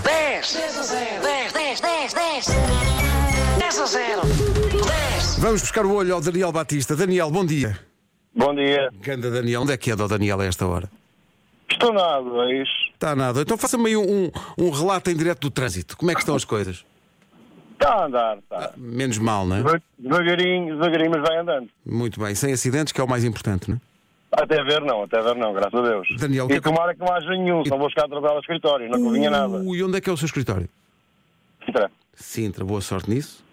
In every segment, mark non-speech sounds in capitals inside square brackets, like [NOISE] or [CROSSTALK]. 10, 10 a 0. 10, 10, 10, 10. 10 a 0. 10. Vamos buscar o olho ao Daniel Batista. Daniel, bom dia. Bom dia. Ganda Daniel, onde é que anda o Daniel a esta hora? Estou na é A2. Está nada. Então faça-me aí um, um relato em direto do trânsito. Como é que estão as coisas? Está a andar, está. Menos mal, não é? Deva- Devagarinho, devagarinho, mas vai andando. Muito bem. Sem acidentes, que é o mais importante, não é? Até ver não, até ver não, graças a Deus. Daniel, e que- tomara que não haja nenhum, senão vou chegar atrasado ao escritório, não convinha nada. Ui, onde é que é o seu escritório? Entra. Sintra, boa sorte nisso.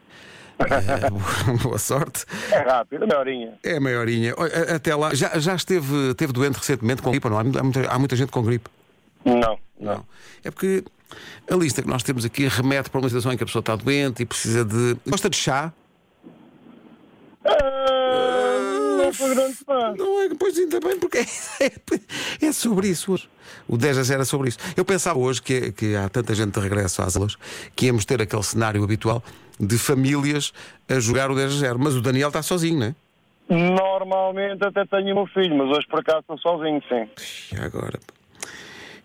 Eh, [LAUGHS] boa- boa sorte. É rápido, é meia horinha. É maiorinha. Olha, a- Até lá. Já, já esteve, esteve doente recentemente com gripe, ou não? Há mu- há muita, há muita gente com gripe. Não, não. Não. É porque a lista que nós temos aqui remete para uma situação em que a pessoa está doente e precisa de. Gosta de chá? Ah, Não sou grande fã. Não é, pois ainda bem, porque é, é sobre isso hoje. O 10 a 0 é sobre isso. Eu pensava hoje que, que há tanta gente de regresso às aulas que íamos ter aquele cenário habitual de famílias a jogar o 10 a 0. Mas o Daniel está sozinho, não é? Normalmente até tenho um filho, mas hoje por acaso estou sozinho, sim. E agora? pá.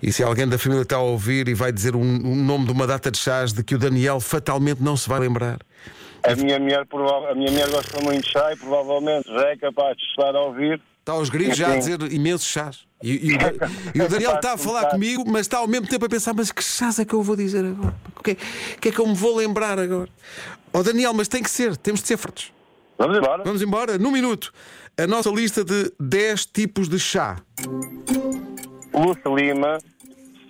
E se alguém da família está a ouvir e vai dizer um, um nome de uma data de chás de que o Daniel fatalmente não se vai lembrar? A minha mulher, prova- a minha mulher gosta muito de chá e provavelmente já é capaz de estar a ouvir. Está Tá aos gritos já a dizer imensos chás. E, e o, Da- e o Daniel está a falar comigo, mas está ao mesmo tempo a pensar: mas que chás é que eu vou dizer agora? pá? O que, é- o que é que eu me vou lembrar agora? Ó Daniel, mas tem que ser, temos de ser fortes. Vamos embora. Vamos embora, num minuto. A nossa lista de 10 tipos de chá. Lúcia Lima,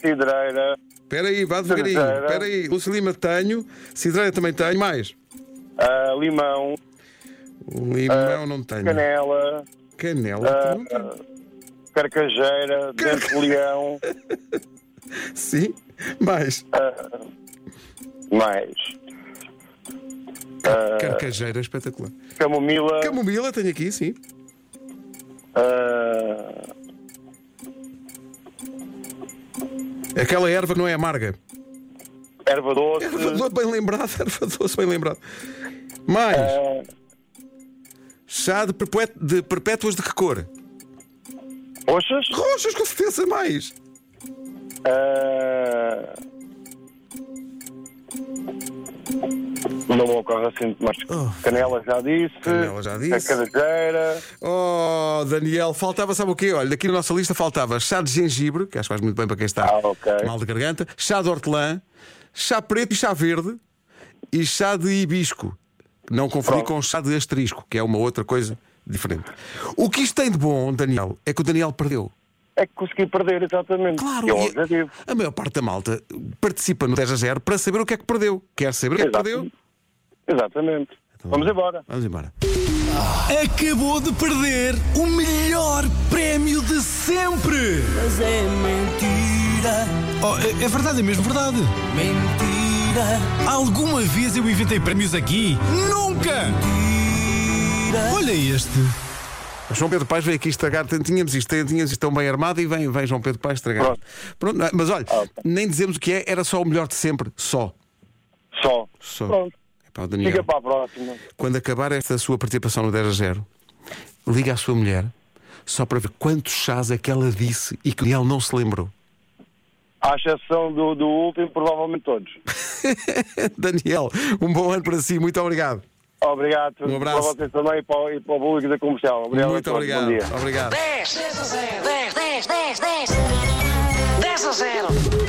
Cidreira, Espera aí, vá devagarinho. Cerejeira. Espera aí, Lucilima tenho, Cidreira também tenho, mais. ah, Limão, Limão não tenho. Canela, Canela. não tenho. Carcajeira, Dente de Leão, Sim, mais. mais Carcajeira, espetacular. Camomila, Camomila tenho aqui, sim. ah, Aquela erva que não é amarga. Erva Doce, Erva doce bem lembrada, [LAUGHS] erva doce bem lembrada. Mais. ah, Chá de, perpet- de perpétuas de que cor? Roxas, Roxas, com certeza, mais. ah, não me ocorre assim mais. Oh. Canela já disse, Canela já disse. Carcajeira, Oh, Daniel, faltava, sabe o quê? Olha, aqui na nossa lista faltava chá de gengibre, que acho que faz muito bem para quem está Ah, ok. mal de garganta, chá de hortelã, chá preto e chá verde e chá de hibisco. Não confundir Pronto. com chá de asterisco, que é uma outra coisa diferente. O que isto tem de bom, Daniel, é que o Daniel perdeu. é que consegui perder exatamente. Claro, que é o e objetivo. a, a maior parte da malta participa no 10 a 0 para saber o que é que perdeu. Quer saber o que é que Exato. perdeu? Então Exatamente. Vamos embora. Vamos embora. Acabou de perder o melhor prémio de sempre! Mas é mentira, Oh, é, é verdade, é mesmo verdade! mentira, Alguma vez eu inventei prémios aqui? Nunca! Olha este! João Pedro Paes veio aqui estragar, tínhamos isto, tínhamos isto tão bem armado e vem, vem João Pedro Paes estragar. Pronto. Pronto, não é? mas olha, Ah. nem dizemos o que é, era só o melhor de sempre, só. Só. Só. Pronto. É para o Fica Daniel. para a próxima. Quando acabar esta sua participação no 10 a 0, liga à sua mulher só para ver quantos chás é que ela disse e que o Daniel não se lembrou. [LAUGHS] À exceção do, do último, provavelmente todos. Daniel, um bom ano para si, muito obrigado. Obrigado Um abraço. para vocês também e para, e para o público da comercial. Obrigado a muito todos. obrigado. Bom dia. Obrigado. 10, 10 a 0. 10, 10, 10, 10. 10 a 0.